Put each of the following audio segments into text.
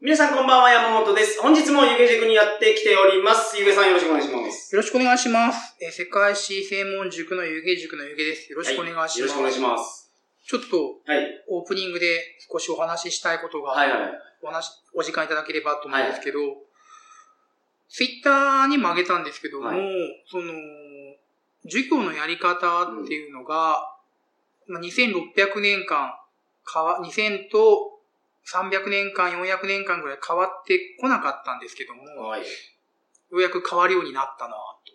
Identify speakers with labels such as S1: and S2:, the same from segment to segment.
S1: 皆さんこんばんは、山本です。本日も湯気塾にやってきております。湯気さんよろしくお願いします。
S2: よろしくお願いします。えー世界史専門塾の湯気塾の湯気です。よろしくお願いします。
S1: よろしくお願いします。
S2: ちょっと、
S1: はい。
S2: オープニングで少しお話ししたいことが、
S1: はいはい。
S2: お話、お時間いただければと思うんですけど、ツイッターにもあげたんですけども、
S1: はい
S2: その、授業のやり方っていうのが、まあ2600年間、変わ、2000と300年間、400年間ぐらい変わってこなかったんですけども、
S1: はい。
S2: ようやく変わるようになったなと。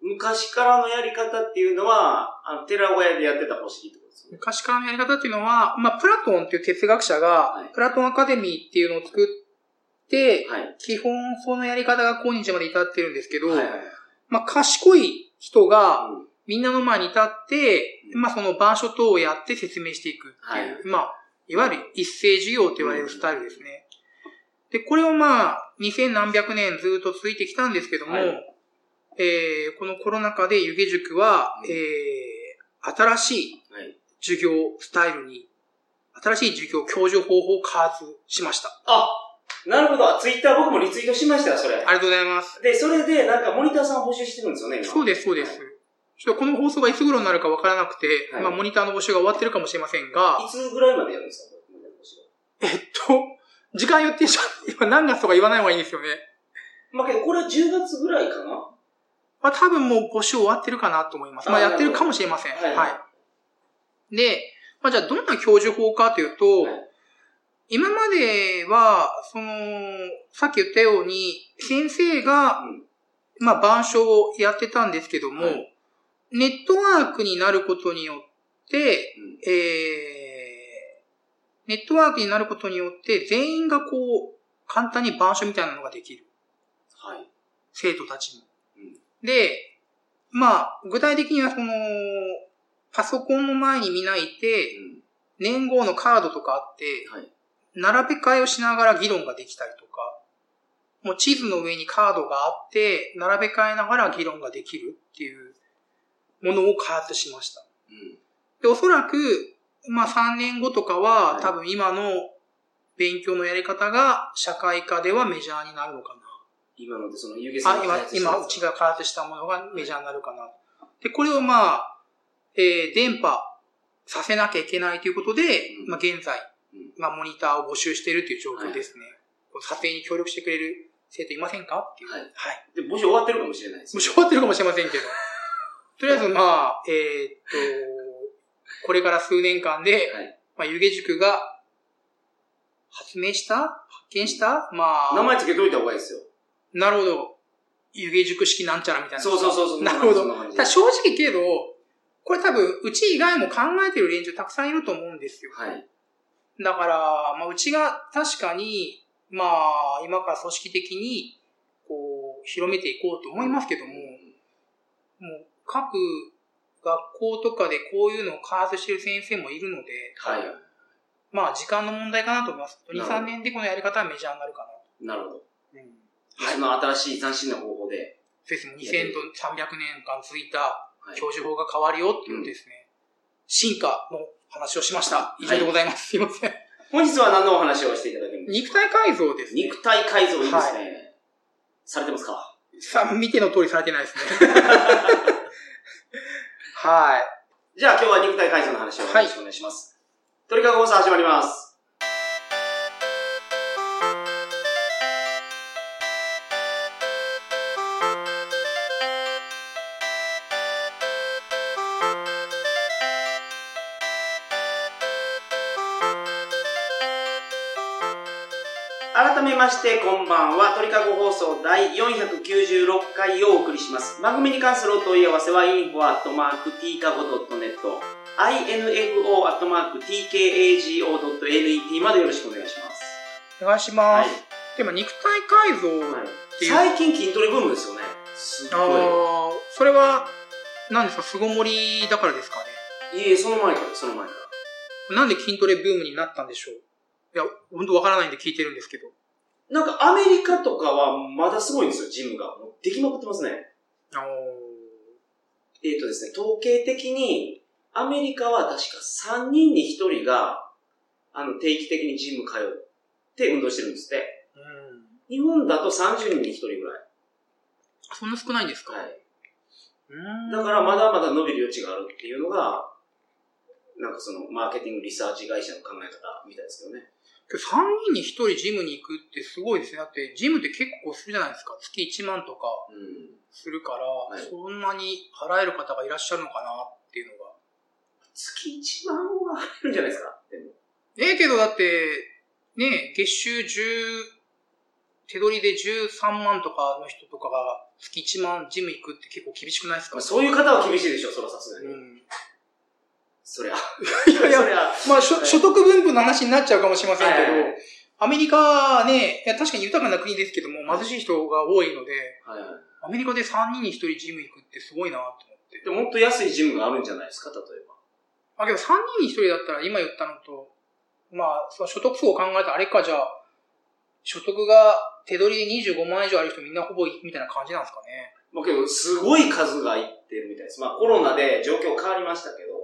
S1: 昔からのやり方っていうのは、あの、寺小屋でやってた方式ってことですね。
S2: 昔からのやり方っていうのは、まあ、プラトンっていう哲学者が、
S1: はい
S2: プラトンアカデミーっていうのを作って、
S1: はい。
S2: 基本そのやり方が今日まで至ってるんですけど、
S1: はいはい。
S2: まあ、賢い人が
S1: うん
S2: みんなの前に立って、
S1: うん
S2: まあ、その板書等をやって説明していくっていう、まあ、いわゆる一斉授業と言われるスタイルですね。で、これをまあ、2000何百年ずっと続いてきたんですけども、
S1: はい
S2: えーこのコロナ禍で湯気塾は、
S1: うん
S2: えー新しい
S1: はい。
S2: 授業スタイルに、新しい授業教授方法を開発しました。
S1: あ、なるほど。ツイッター僕もリツイートしましたよ、それ。
S2: ありがとうございます。
S1: で、それでなんかモニターさん募集してるんですよね、今
S2: そうです、そうです。ちょっとこの放送がいつ頃になるかわからなくて、
S1: はい
S2: まあ、モニターの募集が終わってるかもしれませんが
S1: い、つぐらいまでやるんですかこれ
S2: えっと、時間言ってしまう。今何月とか 言わない方がいいんですよね。
S1: まあけど、これは10月ぐらいかなは
S2: まあ、多分もう募集終わってるかなと思います。まあ、
S1: あ
S2: やってるかもしれません。
S1: なるほ
S2: はい、
S1: どはい
S2: で、まあ、じゃあどんな教授法かというと、
S1: はい
S2: 今までは、その、さっき言ったように、先生が、
S1: うん
S2: まあ、板書をやってたんですけども、
S1: はい
S2: ネットワークになることによって、
S1: うん
S2: えー、ネットワークになることによって、全員がこう、簡単に板書みたいなのができ
S1: い。
S2: る。生徒たちも。で、まあ、具体的にはその、パソコンの前に見ないて、年号のカードとかあって、
S1: はい
S2: 並べ替えをしながら議論ができたりとか、もう地図の上にカードがあって、並べ替えながら議論ができるっていうものを開発しました。
S1: うん。
S2: で、おそらく、まあ3年後とかは、
S1: はい
S2: 多分今の勉強のやり方が社会科ではメジャーになるのかな。
S1: 今のでその湯気さん
S2: あ
S1: 開発して
S2: 今、
S1: た
S2: 今、うちが開発したものがメジャーになるかな。で、これをまあ、えー電波させなきゃいけないということで、
S1: うん
S2: まあ現在、
S1: うん
S2: まあモニターを募集しているという状況ですね。こう査定に協力してくれる生徒いませんかっていう。
S1: はい
S2: はい。
S1: で、募集終わってるかもしれないです
S2: もう
S1: ね。
S2: しょってるかもしれませ んけど。とりあえずまあ、えーっと、これから数年間で、
S1: はい
S2: まあ、湯気塾が発明した発見したまあ、
S1: 名前つけといた方がいいですよ。
S2: なるほど。湯気塾式なんちゃらみたいな。
S1: そうそうそうそう。
S2: なるほど
S1: そん感じ
S2: ただ正直けど、これ多分、うち以外も考えてる連中たくさんいると思うんですよ。
S1: はい。
S2: だから、まあ、うちが確かに、まあ、今から組織的に、こう、広めていこうと思いますけども、もう、各学校とかでこういうのを開発してる先生もいるので、
S1: はい。
S2: まあ、時間の問題かなと思います。2、
S1: なるほど
S2: 3年でこのやり方はメジャーになるか
S1: なるほど。
S2: な。うん。
S1: はい。その新しい斬新な方法で。
S2: そうですね。2000と300年間続いた
S1: はい。
S2: 教授法が変わるよっていうことですね。進化の話をしました。以上でございます。すいません。
S1: 本日は何のお話をしていただけるんです
S2: 肉体改造です
S1: か
S2: ね。
S1: 肉体改造いいですね。されてますか
S2: さ、見ての通りされてないです ね。はい。
S1: じゃあ今日は肉体改造の話をよろしくお願いします。鳥かご放送始まります。改めましてこんばんは鳥かご放送第496回をお送りします番組に関するお問い合わせは info.tkago.net info.tkago.net までよろしくお願いします
S2: お願いし
S1: は
S2: ま
S1: い
S2: す。、でも肉体改造
S1: はい
S2: ていう
S1: 最近筋トレブームですよねすっ
S2: あ
S1: ご
S2: あーそれは、何ですか、巣ごもりだからですかね。
S1: いいえその前からその前か
S2: なんで筋トレブームになったんでしょういや、ほんとわからないんで聞いてるんですけど。
S1: らなんかアメリカとかはまだすごいんですよジムがもうできまくってますね
S2: あの
S1: えーとですね、統計的に、アメリカは確か3人に1人が、あの、定期的にジム通っって運動してるんですって。日本だと30人に1人ぐらい。
S2: そんな少ないんですか、
S1: はい。
S2: うん
S1: だからまだまだ伸びる余地があるっていうのが、なんかそのマーケティングリサーチ会社の考え方みたいですけどね。
S2: 3人に1人ジムに行くってすごいですね。だって、ジムって結構するじゃないですか。月1万とか
S1: うん。
S2: するから、
S1: い
S2: そんなに払える方がいらっしゃるのかなっていうのが。
S1: 月1万は入るんじゃないですか。でも。
S2: ええけどだって、ねえ、月収10、手取りで13万とかの人とかが月1万ジム行くって結構厳しくないです
S1: ま
S2: か
S1: あ、そういう方は厳しいでしょう、それはさすがに。
S2: うん
S1: そ りゃ。
S2: いやいや
S1: そりゃ。
S2: まあ、所所得分布の話になっちゃうかもしれませんけど、
S1: はいはい
S2: アメリカはね、いや確かに豊かな国ですけども、貧しい人が多いので、
S1: はいはい。
S2: アメリカで3人に1人ジム行くってすごいなと思って。
S1: でももっと安いジムがあるんじゃないですか、例えば。
S2: あ、けど3人に1人だったら今言ったのと、まあ、その所得層を考えたらあれか、じゃあ、所得が手取りで25万円以上ある人みんなほぼみたいな感じなんですかね。
S1: まあけど、すごい数がいってるみたいです。まあコロナで状況変わりましたけど、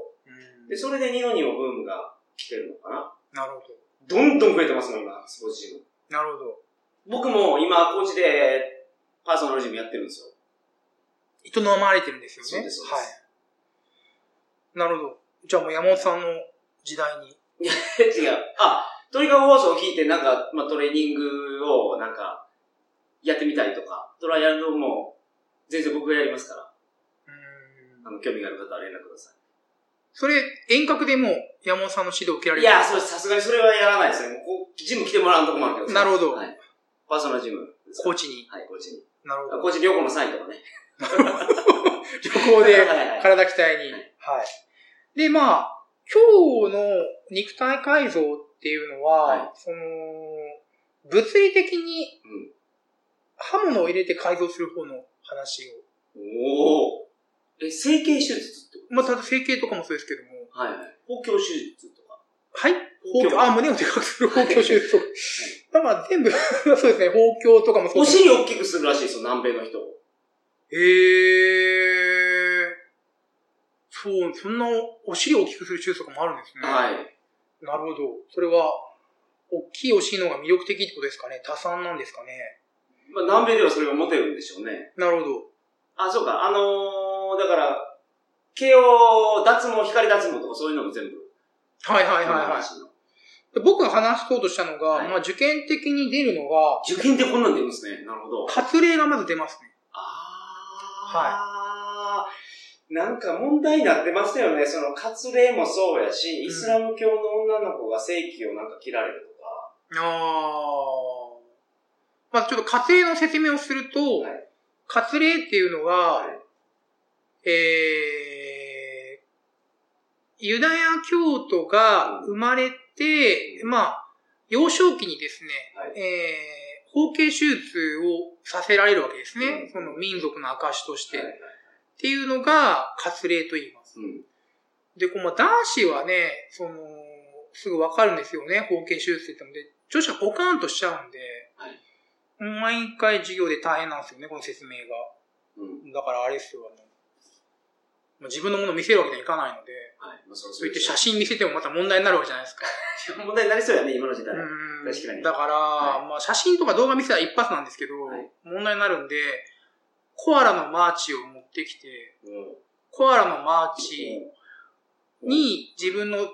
S1: で、それでニノニノブームが来てるのかな。
S2: なるほ
S1: どんどん増えてますもん、今、スポーツジム。
S2: ど。なるほど。
S1: 僕も今、高知でパーソナルジムやってるんですよ。
S2: 営まれてるんですよね。
S1: そうですそうです
S2: はい。なるほど。じゃあもう山本さんの時代に。
S1: 違う。あ、トリガー放送を聞いて、なんか、まあ、トレーニングを、なんか、やってみたりとか、トライアルも、全然僕がやりますから、あの、興味がある方は連絡くださ
S2: それ、遠隔でもう山本さんの指導を受けら
S1: い。
S2: れ
S1: い
S2: る
S1: や、そうです。さすがにそれはやらないですね。こうジム来てもらうとこもあるけど。
S2: なるほど
S1: はい。パーソナルジムですか
S2: コー
S1: ら。
S2: チに。
S1: はい、コーチに。
S2: なるほど。
S1: コーチ旅行のサインとかね。
S2: 旅行
S1: はい
S2: で
S1: はいはい。
S2: 体鍛えに。
S1: は
S2: はいい。で、まあ、今日の肉体改造っていうのは、
S1: はい
S2: その、物理的に
S1: うん
S2: 刃物を入れて改造する方の話を。
S1: おお。え、整形手術ってこ
S2: まあ、ただ整形とかもそうですけども。
S1: とはいはい。包協手術とか。
S2: はい
S1: 包
S2: 包
S1: 協
S2: あ、胸をでかくする包協手術とか。だから全部、 そうですね、包協とかもそう
S1: お
S2: ですね。
S1: 尻大きくするらしいですよ、南米の人。
S2: へえ。そう、そんなお尻を大きくする手術とかもあるんですね。
S1: はい。
S2: なるほど。それは、大きいお尻の方が魅力的ってことですかね。多産なんですかね。
S1: まあ、南米ではそれがモテるんでしょうね。
S2: なるほど。
S1: あ、そうか。あのー、だから、慶応脱毛、光脱毛とかそういうのも全部。
S2: はいはいはいはい。
S1: い。
S2: で僕が話そうとしたのが、
S1: はい
S2: まあ受験的に出るのが、
S1: 受験でこんなん出るんですね。なるほど。
S2: 発令がまず出ますね。
S1: あー。なんか問題になってましたよね。その、割礼もそうやし、
S2: ん
S1: イスラム教の女の子が正規をなんか切られるとか。
S2: ああ。まあちょっと火星の説明をすると、
S1: はい
S2: 活例っていうのは、
S1: はい
S2: えー、ユダヤ教徒が生まれて、
S1: うん
S2: まあ、幼少期にですね、
S1: はい
S2: えー、包茎手術をさせられるわけですね。
S1: うん
S2: その民族の証として。
S1: はい
S2: っ
S1: はい
S2: ていうのが、活例と言います。
S1: うん。
S2: で、こうまあ、男子はね、その、すぐわかるんですよね、包茎手術って言っても。で、女子はポカーンとしちゃうんで、
S1: はい
S2: 毎回授業で大変なんですよね、この説明が。
S1: うん。
S2: だからあれですよ、あの、まあ自分のもの見せるわけにはいかないので、
S1: はい。まあ、そう
S2: そう言って写真見せてもまた問題になるわけじゃないです か。
S1: 真。問題になりそうやね、今の時代。
S2: うん
S1: 確かに
S2: だから、
S1: は
S2: まあ写真とか動画見せたら一発なんですけど、
S1: はい
S2: 問題になるんで、コアラのマーチを持ってきて、
S1: うん。
S2: コアラのマーチに自分の拳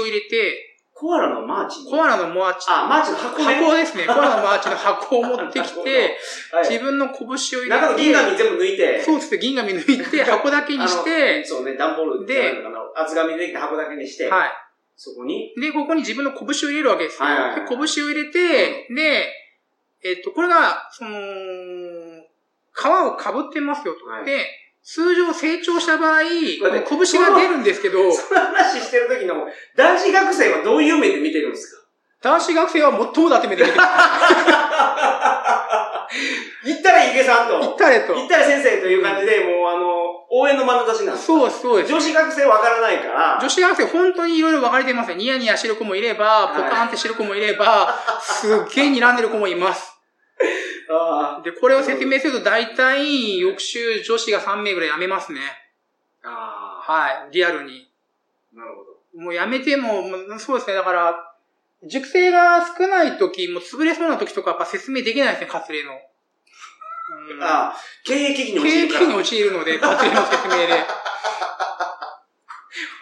S2: を入れて、
S1: コアラのマーチに
S2: コアラのマーチ、
S1: あ、マーチの箱ね。
S2: 箱ですね、コアラのマーチの箱を持ってきて、
S1: はい
S2: 自分の拳を入れて、
S1: 中の銀紙全部抜いて。
S2: そうですね、銀紙抜 いて、箱だけにして
S1: あの、そうね、段ボールじゃないのかな厚紙でできた箱だけにして、
S2: はい。
S1: そこに、
S2: で、ここに自分の拳を入れるわけですよ。
S1: はいはいはい
S2: で拳を入れて、で、えっと、これが、その、皮をかぶってますよと。
S1: はい
S2: で、通常成長した場合、
S1: 待って
S2: この拳が出るんですけど、
S1: その話してる時の男子学生はどういう目で見てるんですか
S2: 男子学生は最もだって目で 見てる。
S1: 行ったらいけさんと、
S2: 行ったれと。
S1: 行ったら先生という感じで、もうあの、応援の眼差しなんです。
S2: そうです、そうです。
S1: 女子学生わからないから、
S2: 女子学生本当にいろいろ分かれてますね。ニヤニヤしてる子もいれば、
S1: はい
S2: ポカーンってしてる子もいれば、すっげえ睨んでる子もいます。
S1: あ
S2: で、これを説明すると大体、翌週女子が3名ぐらい辞めますね。
S1: あ、あ
S2: はい、リアルに。
S1: あ、なるほど。
S2: もうやめても、もうそうですね、だから、熟成が少ない時、もう潰れそうな時とかやっぱ説明できないですね、活例の。うん
S1: ああ、経営危機に
S2: 経
S1: 陥
S2: 営
S1: るか
S2: 危
S1: ら
S2: 機。に陥るので、活例の説明で。いや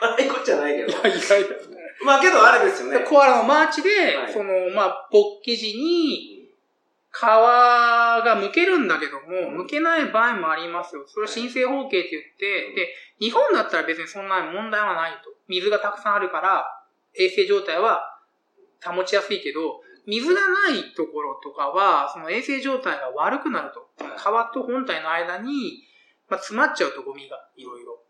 S1: 悪いこっちゃないけど。
S2: いやい
S1: まあけどあれですよ
S2: や。
S1: ね。
S2: コアラのマーチで、
S1: はい
S2: その、まあ、勃起時に、皮が剥けるんだけども、剥けない場合もありますよ。それを申請方形って言って、
S1: うん
S2: で、日本だったら別にそんな問題はないと。水がたくさんあるから、衛生状態は保ちやすいけど、水がないところとかは、その衛生状態が悪くなると。
S1: はい
S2: 皮と本体の間に、まあ、詰まっちゃうとゴミが、いろいろ。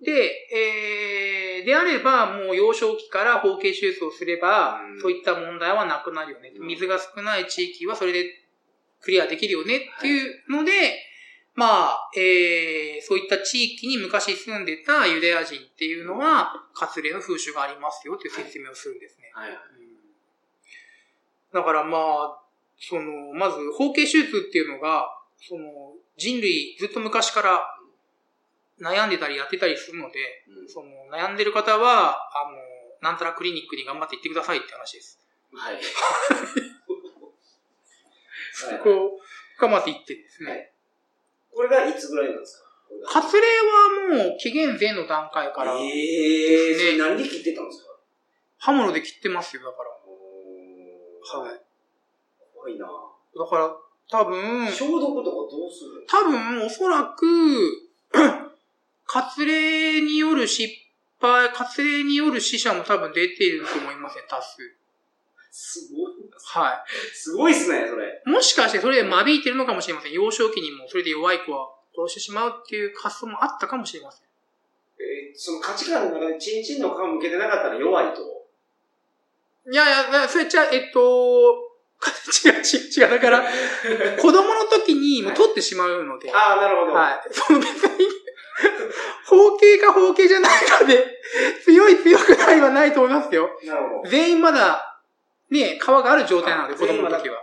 S2: で、えー、であれば、もう幼少期から包茎手術をすれば
S1: う、ん
S2: そういった問題はなくなるよね。
S1: うん
S2: 水が少ない地域はそれでクリアできるよねっていうので、まあ、えー、そういった地域に昔住んでたユダヤ人っていうのは、かつれの風習がありますよっていう説明をするんですね。
S1: はい。
S2: だからまあ、その、まず、包茎手術っていうのが、その、人類ずっと昔から悩んでたりやってたりするので、その、悩んでる方は、あの、なんたらクリニックに頑張って行ってくださいって話です。
S1: はい。
S2: そこがまず一点です
S1: はい
S2: ね。
S1: これがいつぐらいなんですか
S2: 発令はもう、紀元前の段階から、
S1: ええ
S2: ね
S1: それ何で切ってたんですか
S2: 刃物で切ってますよ、だから。
S1: は。怖いな
S2: だから、多分、
S1: 消毒とかどうする
S2: 多分、おそらく、 割礼による失敗、割礼による死者も多分出ていると思いますね、多数。
S1: すごい。
S2: は
S1: すごいっすね、それ。
S2: い。もしかしてそれで間引いてるのかもしれません。幼少期にも、それで弱い子は殺してしまうっていう発想もあったかもしれません。
S1: えーその価値観の中でチンチンの皮向けてなかったら弱いと。
S2: いやいやいや、それじゃあ、えっと、 違う違う違う。だ から、子供の時にもう取ってしまうので。
S1: ああ、なるほど。
S2: はい。その別に、 包茎か包茎じゃないかで、強い強くないはないと思いますよ。
S1: なるほど。
S2: 全員まだ、ね、皮がある状態なので、
S1: あ
S2: 子供の
S1: 全
S2: 時は。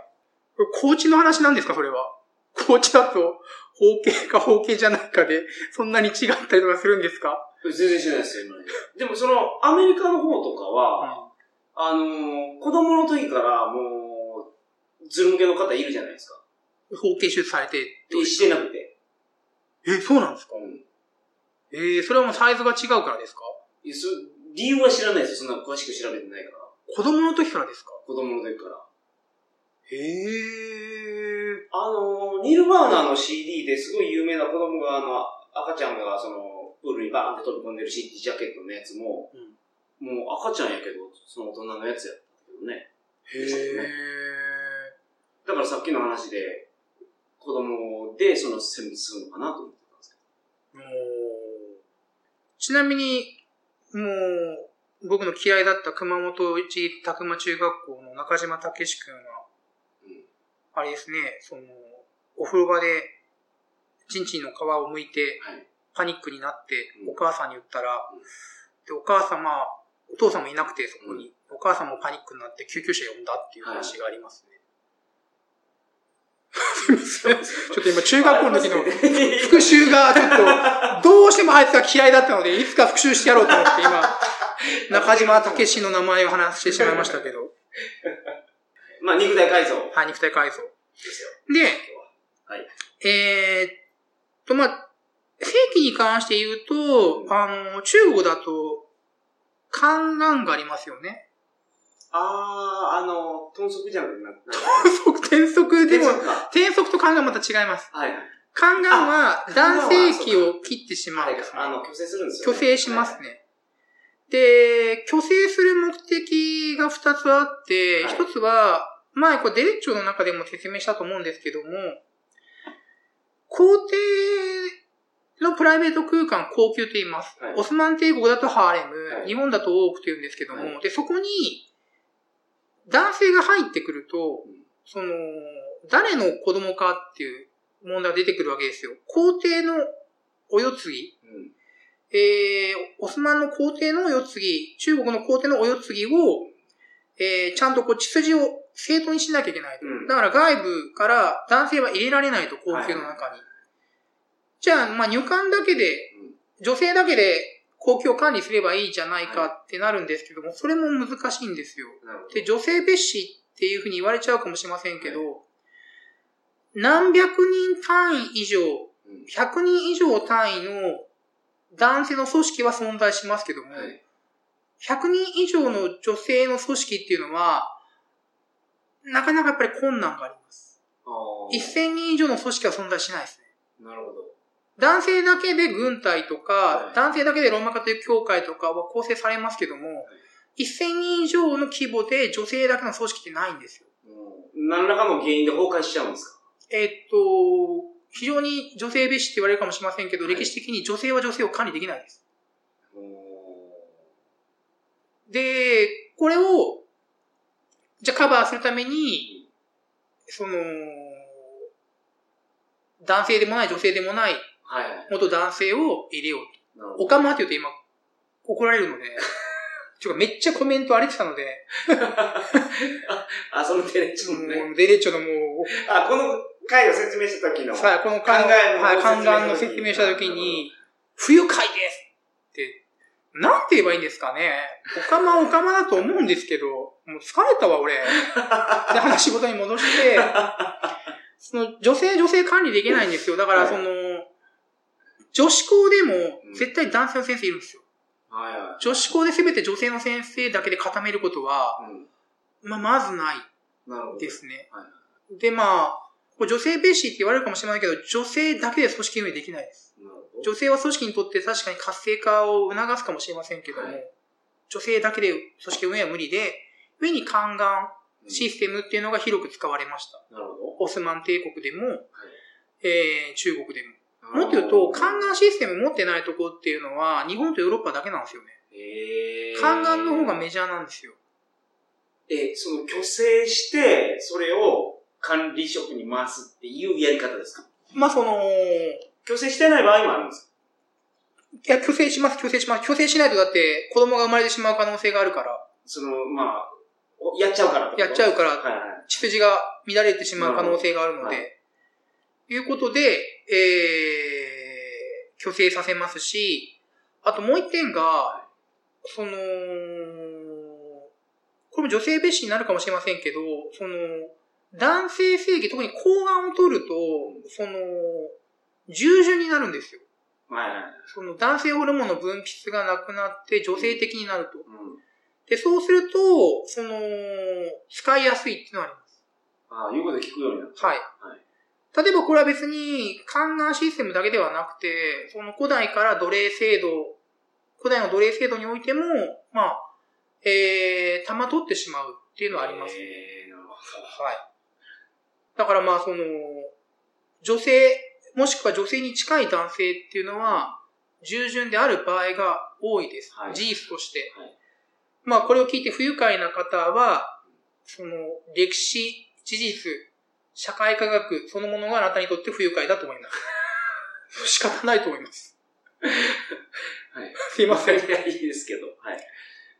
S2: これ高知の話なんですか、それは。 高知だと、方形か方形じゃないかで、そんなに違ったりとかするんですか
S1: 全然知らないですよ、今まででもその、アメリカの方とかは、あのー子供の時からもう、ズル向けの方いるじゃないですか。
S2: 方形手術されてってこと
S1: えしてなくて。
S2: え、そうなんですか
S1: うん
S2: えー、それはもうサイズが違うからですか
S1: いやそ理由は知らないですよ、そんな詳しく調べてないから。
S2: 子供の時からですか
S1: 子供の時から。
S2: へえ。
S1: あのー、ニルバーナの CD ですごい有名な子供が、あの、赤ちゃんがその、プールにバーンって飛び込んでる CD ジャケットのやつも、もう赤ちゃんやけど、その大人のやつやったけどね。
S2: へえ。
S1: だからさっきの話で、子供でその選別するのかなと思ってたんですけ
S2: ちなみに、もう、僕の嫌いだった熊本市宅間中学校の中島武志くんは、
S1: うん
S2: あれですね、その、お風呂場で、ちんちんの皮を剥いて、
S1: ど。はい。
S2: パニックになって
S1: う、ん
S2: お母さんに言ったら
S1: うん、
S2: で、お母様、お父さんもいなくて、そこに、お母さんもパニックになって救急車呼んだっていう話がありますね。すいま せんちょっと今、中学校の時 の復習がちょっと、どうしてもあいつが嫌いだったので、いつか復習してやろうと思って、 今、中島武史の名前を話してしまいましたけど、
S1: まあ、肉体改造。
S2: はい、肉体改造。
S1: ですよ。
S2: で、
S1: ははい
S2: えーっと、まあ、正規に関して言うと、
S1: うん
S2: あの、中国だと、観覧がありますよね。
S1: あー、あの、豚足じゃなくなって。
S2: 転足でも、
S1: 豚足か
S2: 転足と観覧また違います。
S1: はい。
S2: 観覧は男性器を切ってしまうんですね。
S1: あの、虚勢するんですよ、
S2: 虚勢しますね。で、虚勢する目的が2つあって、
S1: はい
S2: 1つは、前、これデレッチョの中でも説明したと思うんですけども、皇帝のプライベート空間、皇宮と言います。
S1: はい
S2: オスマン帝国だとハーレム、
S1: はい
S2: 日本だと多くと言うんですけども、
S1: は
S2: で、そこに、男性が入ってくると
S1: うん、
S2: その、誰の子供かっていう問題が出てくるわけですよ。皇帝のお世継ぎ、
S1: はい。うん。
S2: えー、オスマンの皇帝のお世継ぎ、中国の皇帝のお世継ぎを、えー、ちゃんとこう血筋を正当にしなきゃいけないと。
S1: うん
S2: だから外部から男性は入れられないと、皇宮の中に。じゃあ、まあ、入管だけで、
S1: うん
S2: 女性だけで公共管理すればいいじゃないかってなるんですけども、それも難しいんですよ。
S1: なるほど。
S2: で、女性蔑視っていうふうに言われちゃうかもしれませんけど、何百人単位以上、
S1: うん
S2: 100人以上単位の男性の組織は存在しますけども、
S1: はい
S2: 100人以上の女性の組織っていうのは、なかなかやっぱり困難があります。
S1: あー
S2: 1000人以上の組織は存在しないですね。
S1: なるほど。
S2: 男性だけで軍隊とか、
S1: はい
S2: 男性だけでローマカトリック教会とかは構成されますけども、1000人以上の規模で女性だけの組織ってないんですよ。
S1: うん何らかの原因で崩壊しちゃうんですか
S2: えっと、非常に女性蔑視って言われるかもしれませんけど、
S1: はい
S2: 歴史的に女性は女性を管理できないです。
S1: うーん
S2: で、これを、じゃあカバーするために、その、男性でもない女性でもない
S1: はいはい。
S2: 元男性を入れよう
S1: なる
S2: と。オカマって言うと今怒られ るので、ちょっとめっちゃコメント荒れてたので、
S1: あ、そのテレちょっとね。
S2: もうデレッチョのもう
S1: あ、この回を説明した時の。
S2: さあ、この考
S1: 考
S2: え
S1: え
S2: の、
S1: の
S2: はい、
S1: 説明の時
S2: 宦官の説明したときに、不愉快ですって、なんて言えばいいんですかね。おかまおかまだと思うんですけど、もう疲れたわ、俺。で、話仕事に戻して、その、女性、女性管理できないんですよ。だから、
S1: はい
S2: その、女子校でも、絶対男性の先生いるんですよ。
S1: はいは
S2: 女子校で全て女性の先生だけで固めることは、
S1: い。うん。
S2: まあ、まずない。
S1: なるほど。
S2: ですね
S1: は。
S2: で、まあ、こう女性蔑視って言われるかもしれないけど、女性だけで組織運営できないです。
S1: なるほど。
S2: 女性は組織にとって確かに活性化を促すかもしれませんけども、
S1: はい
S2: 女性だけで組織運営は無理で、上に宦官
S1: うん
S2: システムっていうのが広く使われました。
S1: なるほ
S2: オスマン帝国でも、えー中国で
S1: ど。
S2: も。もっと言うと、
S1: か
S2: 宦官システム持ってないとこっていうのは、日本とヨーロッパだけなんですよね。
S1: えー
S2: 宦官の方がメジャーなんですよ。
S1: え、その、虚勢して、それを管理職に回すっていうやり方ですか
S2: まあ、その、
S1: 虚勢してない場合もあるんです
S2: いや、虚勢します、虚勢します。虚勢しないとだって子供が生まれてしまう可能性があるから、
S1: かその、まあ、おやっちゃうから
S2: やっちゃうから
S1: はいはい。
S2: 血筋が乱れてしまう可能性があるの
S1: なるほどは
S2: で、いうことで、えー、虚勢させますし、あともう一点が、その、これも女性蔑視になるかもしれませんけど、その、男性性器、特に睾丸を取ると、その、従順になるんですよ。
S1: はいはい。
S2: その男性ホルモンの分泌がなくなって女性的になる
S1: う
S2: と。
S1: ん。
S2: で、そうすると、その、使いやすいっていうのはあります。
S1: ああ、いうこと聞くようになった。
S2: はい。例えばこれは別に、観覧システムだけではなくて、その古代から奴隷制度、古代の奴隷制度においても、まあ、えー、玉取ってしまうっていうのはありますね。
S1: えーなるほ
S2: はい。だからまあ、その、女性、もしくは女性に近い男性っていうのは、従順である場合が多いです。
S1: はい
S2: 事実として。
S1: はい
S2: まあ、これを聞いて不愉快な方は、その、歴史、事実、社会科学そのものがあなたにとって不愉快だと思い ます。仕方ないと思います。
S1: ど。はい。
S2: すいません。
S1: いや、いいですけど。はい。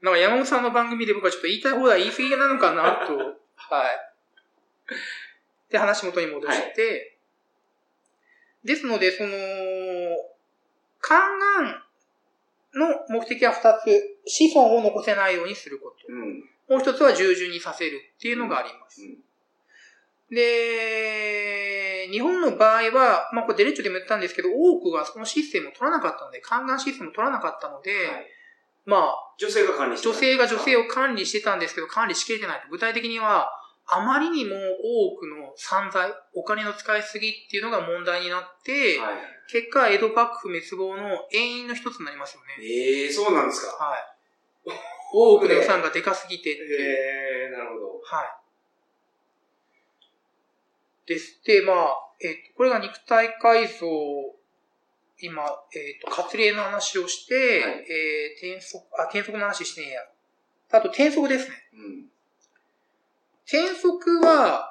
S2: なんか山本さんの番組で僕はちょっと言いたい放題言い過ぎなのか なと。はい。で、話元に戻して、ですので、その、観覧の目的は二つ。子孫を残せないようにするこ
S1: うん。
S2: と。もう一つは従順にさせるっていうのがあります。で、日本の場合は、まあ、これデレッチョでも言ったんですけど、多くはそのシステムを取らなかったので、観覧システムを取らなかったので、
S1: はい
S2: まあ、
S1: 女性が管理して
S2: 女性が女性
S1: を。
S2: を管理してたんですけど、管理しきれてないと。具体的には、あまりにも多くの散財、お金の使いすぎっていうのが問題になって、
S1: は
S2: 結果、江戸幕府滅亡の遠因の一つになりますよね。
S1: い。ええー、そうなんですか。
S2: はい。多くの予算がでかすぎてっていう。
S1: ええー、なるほど。
S2: はい。です。で、まあ、えっ、と、これが肉体改造、今、えっ、と、割礼の話をして、
S1: はい
S2: えー、転職、あ、転職の話してねえや。あと、転職ですね。
S1: うん。
S2: 転足は、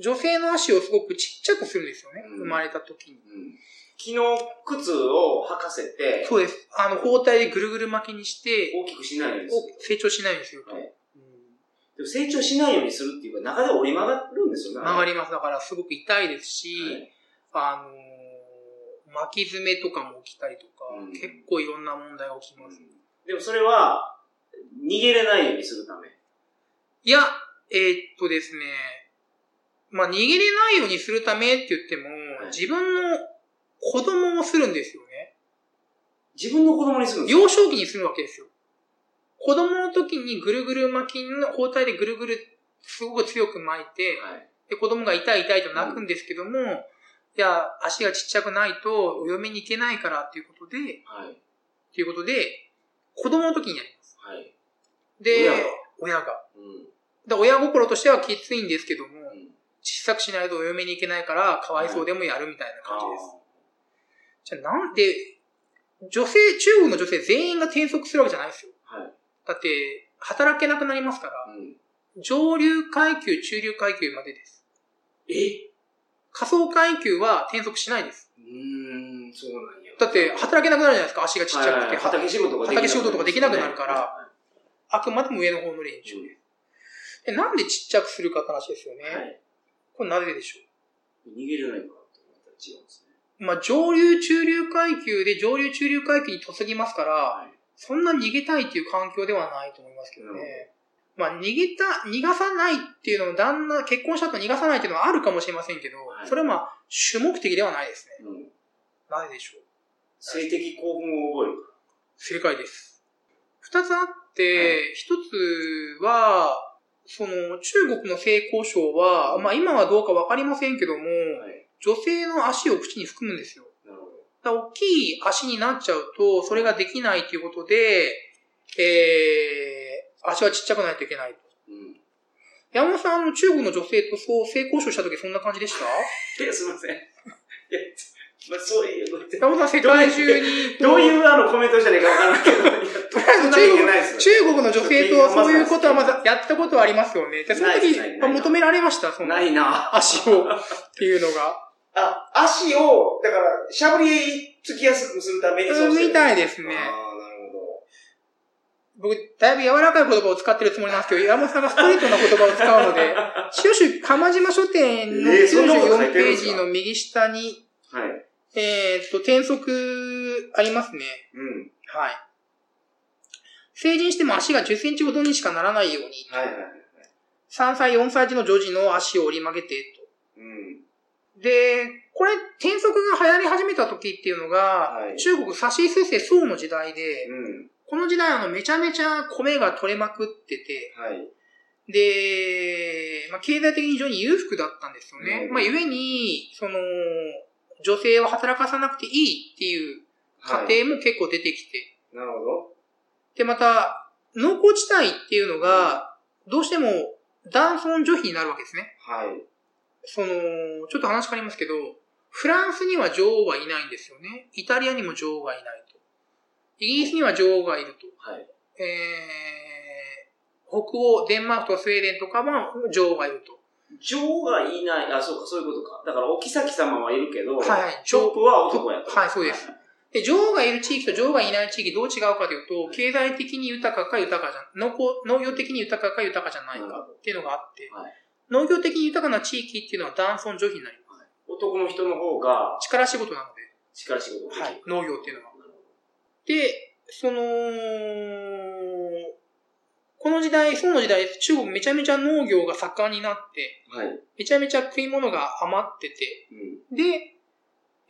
S2: 女性の足をすごくちっちゃくするんですよね。
S1: うん
S2: 生まれた時に。
S1: うん。昨日、靴を履かせて、
S2: そうです。あの、包帯でぐるぐる巻きにして、
S1: 大きくしないようにす
S2: お成長しないようにすると。
S1: はい
S2: うん
S1: る。でも成長しないようにするっていうか、中で折り曲がるんですよね。
S2: 曲が
S1: り。
S2: ります。だから、すごく痛いですし、
S1: はい
S2: あのー巻き爪とかも起きたりとか、
S1: うん
S2: 結構いろんな問題が起きます。
S1: でもそれは、逃げれないようにするため。
S2: いや、えーっとですね、まあ、逃げれないようにするためって言っても、
S1: はい
S2: 自分の子供をするんですよね。
S1: 自分の子供にするんです
S2: 幼少期にするわけですよ。子供の時にぐるぐる巻きの包帯でぐるぐるすごく強く巻いて、
S1: かはい。
S2: で、子供が痛い痛いと泣くんですけども、いや、足がちっちゃくないとお嫁に行けないからっていうことで、
S1: はい。
S2: っていうことで、子供の時にやります。
S1: はい。
S2: で、
S1: 親が
S2: 親が。
S1: うん。
S2: だ親心としてはきついんですけど
S1: う
S2: も、
S1: ん
S2: 小さくしないとお嫁に行けないから、かわいそうでもやるみたいな感じです。じゃあなんで、女性、中国の女性全員が転職するわけじゃないですよ。
S1: あーはい。
S2: だって、働けなくなりますから、
S1: うん。
S2: 上流階級、中流階級までです。
S1: え
S2: 仮想階級は転職しないです。
S1: うーん、そうなんや。
S2: だって、働けなくなるじゃないですか、足がちっちゃ
S1: はいは
S2: く
S1: い
S2: て。
S1: 畑仕事ができなくなる
S2: 畑仕事とかできなくなるから
S1: は
S2: あくまでも上の方の連中です。でなんでちっちゃくするかって話ですよね。
S1: い。はい
S2: これなぜでしょ
S1: 逃げれないからって思ったら違うんですね。
S2: うまあ、上流中流階級で上流中流階級に嫁ぎますから、
S1: はい
S2: そんな逃げたいっていう環境ではないと思いますけどね。まあ、逃げた、逃がさないっていうのも、旦那、結婚した後逃がさないっていうのはあるかもしれませんけど、
S1: はい
S2: それはまあ、主目的ではないですね。
S1: うん。
S2: なぜでしょう
S1: 性的興奮を覚えるか
S2: 正解です。二つあって、一、つは、その、中国の性交渉は、まあ今はどうかわかりませんけども、
S1: ら。はい。
S2: 女性の足を口に含むんですよ。
S1: なるほど。
S2: だから大きい足になっちゃうと、それができないということで、えー、足はちっちゃくないといけないと。
S1: うん。
S2: 山本さん、あの中国の女性とそう性交渉した時そんな感じでした
S1: え、すいません。いや、まあ、そういう、
S2: 山本さん、世界中に、
S1: どういうあのコメントしたらいいかわからんけど、とり
S2: あえず中国
S1: ないですよ
S2: 中国の女性とそういうことはまだやったことはありますよね。で、その
S1: ないで
S2: 時
S1: すない、
S2: まあ求められました、その
S1: ないな
S2: 足をっていうのが。
S1: あ、足を、だから、しゃぶりつきやすくするためにそうしてる
S2: みたいですね
S1: ああ、なるほ
S2: 僕、だいぶ柔らかい言葉を使ってるつもりなんですけど、山本さんがストレートな言葉を使うの で、塩州釜島書店の
S1: えーそんなこと書いてるん
S2: 94ペ
S1: で
S2: ー
S1: すか
S2: ジの右下に、
S1: ど。はい。
S2: えーっと、転足ありますね。
S1: うん。
S2: はい。成人しても足が10センチほどにしかならないように、
S1: はいはいはい。
S2: 3歳、4歳児の女児の足を折り曲げて、
S1: うん。
S2: と。で、これ、転足が流行り始めた時っていうのが、
S1: はい
S2: 中国差し数世宋の時代で、
S1: うん。
S2: この時代あの、めちゃめちゃ米が取れまくってて、
S1: はい。
S2: で、まあ、経済的に非常に裕福だったんですよね。
S1: うん
S2: まあ、ゆえに、その、女性を働かさなくていいっていう
S1: はい
S2: 家庭も結構出てきて、
S1: なるほど。
S2: で、また、農耕地帯っていうのが、どうしても男尊女卑になるわけですね。
S1: はい。
S2: その、ちょっと話変わりますけど、フランスには女王はいないんですよね。イタリアにも女王がいないと。イギリスには女王がいると。
S1: はい。
S2: えー、北欧、デンマークとかスウェーデンとかは女王がいると。
S1: 女王がいない、あ、そうか、そういうことか。だから、お妃様はいるけど、
S2: はい
S1: チョップは男やと。
S2: はいそうです。で、女王がいる地域と女王がいない地域どう違うかというと、経済的に豊かか豊かじゃ、農耕農業的に豊かか豊かじゃないかっていうのがあって、
S1: はい
S2: 農業的に豊かな地域っていうのは男尊女卑になりま
S1: 男の人の方が、
S2: す。力仕事なので、
S1: 力仕事ができる。
S2: はい農業っていうのは。
S1: なるほ
S2: で、その、この時代、宋の時代、中国めちゃめちゃ農業が盛んになって、
S1: ど。はい。う
S2: めちゃめちゃ食い物が余って
S1: ん。
S2: て、で、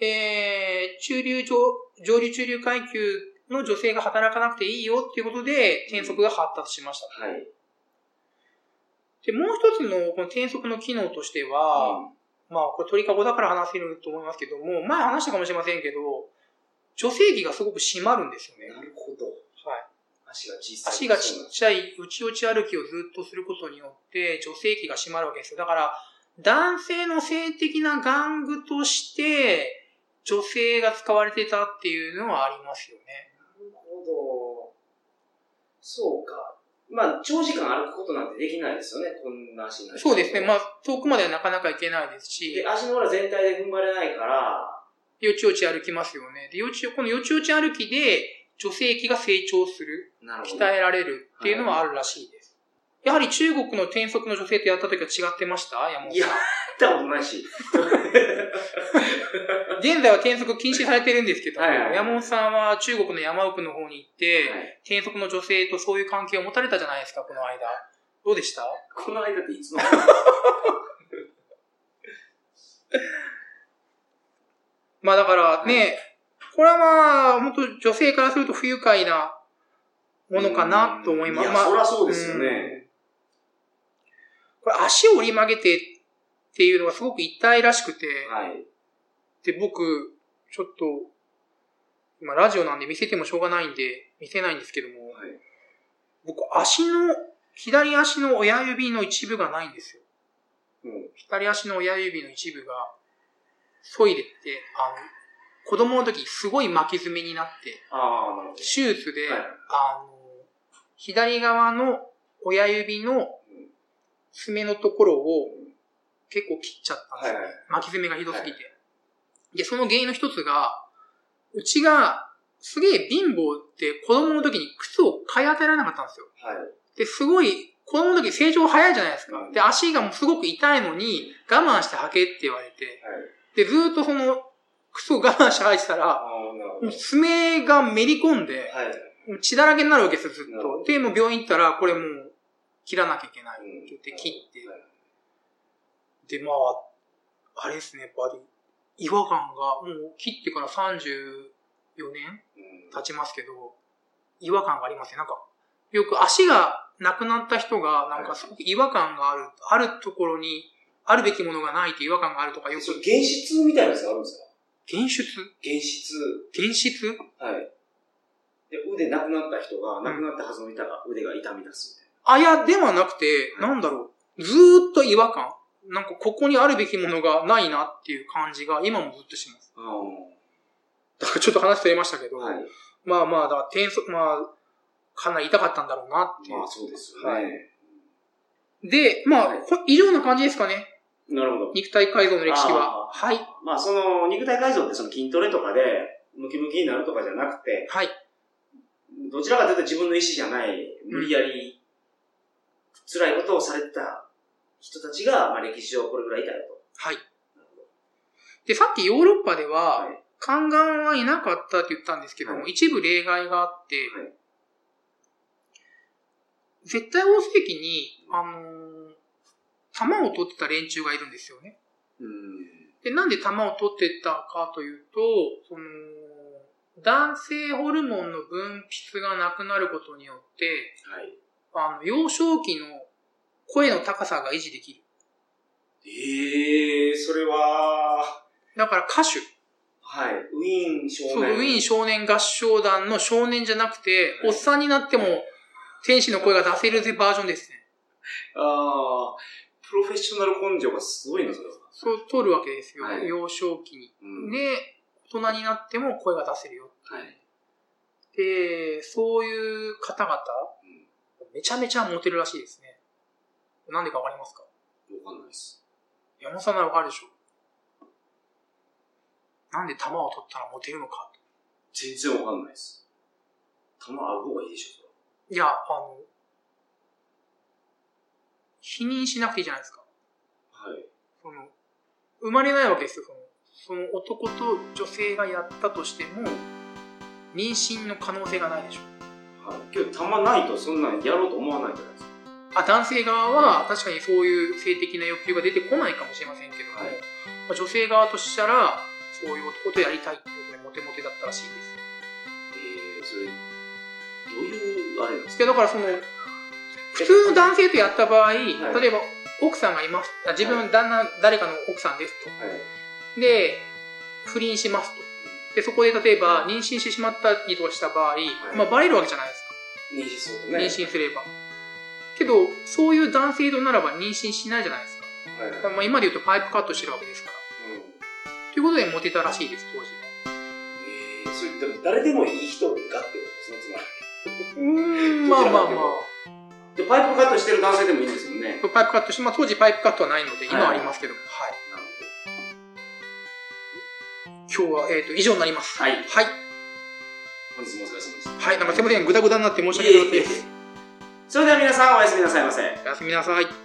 S2: えー、中流上、上流中流階級の女性が働かなくていいよっていうことで、転職が発達しました。
S1: はい。
S2: で、もう一つのこの転職の機能としては、まあ、これ鳥かごだから話せると思いますけども、前話したかもしれませんけど、女性器がすごく締まるんですよね。
S1: うん
S2: は。
S1: ないるほど。足が小さい。
S2: 足がちっちゃい、内ち歩きをずっとすることによって、女性器が締まるわけですよ。だから、男性の性的な玩具として、女性が使われてたっていうのはありますよね。
S1: なるほど。そうか。まあ、長時間歩くことなんてできないですよね、こんな足になっちゃ
S2: そうですね。ま
S1: あ。
S2: あ、遠くまではなかなか行けないですし、
S1: で、足の裏全体で踏ん張れないから、
S2: よちよち歩きますよね。で、よちよ、このよちよち歩きで、女性器が成長する、
S1: なる
S2: 鍛えられるっていうのはあるらしいです。やはり中国の転職の女性とやった時は違ってました山本
S1: いや
S2: さ
S1: っ
S2: ん。
S1: たことないし。
S2: 現在は転職禁止されてるんですけども、
S1: はいはい
S2: 山本さんは中国の山奥の方に行って、転職の女性とそういう関係を持たれたじゃないですか、この間。どうでした
S1: この間っていつの
S2: まあだからね、これはまあ、本当女性からすると不愉快なものかなと思います。
S1: や、
S2: まあ
S1: そりゃそうですよね。
S2: これ足を折り曲げてっていうのがすごく痛いらしくて、
S1: はい。
S2: で、僕、ちょっと、今ラジオなんで見せてもしょうがないんで、見せないんですけども、
S1: はい
S2: 僕、足の、左足の親指の一部がないんですよ。
S1: うん
S2: 左足の親指の一部が、そいでって、あの、子供の時すごい巻き爪になって、
S1: ああ、なるほど。
S2: 手術で、
S1: はい
S2: あの、左側の親指の爪のところを結構切っちゃったんですよね。
S1: はいはい
S2: 巻き爪がひどすぎて。で、その原因の一つが、うちがすげえ貧乏って子供の時に靴を買い与えられなかったんですよ。
S1: はい。
S2: で、すごい、子供の時成長早いじゃないですか
S1: う。ん
S2: で、足がもうすごく痛いのに、我慢して履けって言われて、で、ずーっとその靴を我慢して履いてたら、
S1: ああ、なるほ
S2: も
S1: ど
S2: う。爪がめり込んで、
S1: はい。
S2: 血だらけになるわけですよ、ずっ
S1: なるほ
S2: と。で、もう病院行ったら、これもう、切らなきゃいけないっ
S1: う
S2: て
S1: ん
S2: 言って、切って。
S1: はい
S2: で、まあ、あれですね、やっぱり、違和感が、もう切ってから34年
S1: うん
S2: 経ちますけど、違和感がありますね。なんか、よく足がなくなった人が、なんかすごく違和感がある、あるところに、あるべきものがないって違和感があるとか、よく
S1: それ、現実みたいなやつがあるんですか
S2: 現出
S1: 現実。
S2: 現実
S1: はい。で、腕なくなった人が、なくなったはずの板が、腕が痛み出す
S2: あ、いや、ではなくて、なんだろう。ずーっと違和感。なんか、ここにあるべきものがないなっていう感じが、今もずっとします。
S1: みたいな。あ
S2: だからちょっと話しれましたけど、
S1: はい。
S2: まあまあ、だから転送、まあ、かなり痛かったんだろうなっていう。
S1: まあ、そうですよ
S2: はい
S1: ね。
S2: で、まあ、
S1: はい
S2: こ以上な感じですかね。
S1: なるほど。
S2: 肉体改造の歴史は。
S1: あ
S2: はい。
S1: まあ、その、肉体改造ってその筋トレとかで、ムキムキになるとかじゃなくて、
S2: はい。
S1: どちらかというと自分の意思じゃない、無理やり、辛いことをされてた人たちが、まあ、歴史上これぐらいいたよ
S2: はい。で、さっきヨーロッパで
S1: と。
S2: は、
S1: はい。
S2: 宦官はいなかったって言ったんですけども、
S1: は
S2: 一部例外があって、
S1: は
S2: 絶対王世紀に、あのー玉を取ってた連中がいるんですよね。
S1: うん。
S2: で、なんで玉を取ってたかというと、その、男性ホルモンの分泌がなくなることによって、
S1: はい。
S2: あの、幼少期の声の高さが維持できる。
S1: ええそれは、
S2: だから歌手。
S1: はい。ウィーン少年。
S2: そう、ウィーン少年合唱団の少年じゃなくて、
S1: はい
S2: おっさんになっても天使の声が出せるぜバージョンですね。
S1: ああ、プロフェッショナル根性がすごいな、それは。
S2: そう、取るわけですよ。
S1: はい
S2: 幼少期に。
S1: うん
S2: で、大人になっても声が出せるよ。
S1: はい。
S2: で、そういう方々、めちゃめちゃモテるらしいですね。なんでかわかりますか
S1: わかんないです。
S2: 山本さんならわかるでしょなんで玉を取ったらモテるのか
S1: 全然わかんないです。弾ある方がいいでしょ
S2: いや、あの、否認しなくていいじゃないですか。
S1: それは、はい。
S2: その、生まれないわけですよ、その。その男と女性がやったとしても、妊娠の可能性がないでしょ。
S1: はい。けど、弾ないとそんなんやろうと思わないじゃないですか。
S2: あ、男性側は確かにそういう性的な欲求が出てこないかもしれませんけども、
S1: はい
S2: まあ女性側としたら、そういう男とやりたいってことでモテモテだったらしいです。
S1: えー、それ、どういう、あれなんです
S2: いや、
S1: か
S2: だからその、普通の男性とやった場合、
S1: い
S2: 例えば、奥さんがいます。あ自分、旦那、誰かの奥さんですと。
S1: はい。
S2: で、不倫しますと。で、そこで例えば、妊娠してしまったりとかした場合、まあ、バレるわけじゃないです
S1: 妊
S2: か。
S1: 娠するとね。
S2: 妊娠すれば。けど、そういう男性とならば妊娠しないじゃないですか。
S1: はいは
S2: だか
S1: い。
S2: らまあ、今で言うとパイプカットしてるわけですから。
S1: うん。
S2: ということで、モテたらしいです、当時。
S1: えー、それ、でも誰でもいい人がってことですね、つまり。
S2: うん、まあまあまあ。
S1: で、パイプカットしてる男性でもいいんですもんね。
S2: パイプカットして、まあ、当時パイプカットはないので、今はありますけども。はい。
S1: なるほど。
S2: 今日は、えっ、と、以上になります。
S1: はい
S2: はい。
S1: 本日もお疲れ様でした。
S2: はい。なんかすいません。ぐだぐだになって申し訳な
S1: え
S2: い
S1: いえ
S2: で
S1: いえ
S2: す。
S3: それでは皆さんおやすみなさいませ。
S1: おやすみなさい。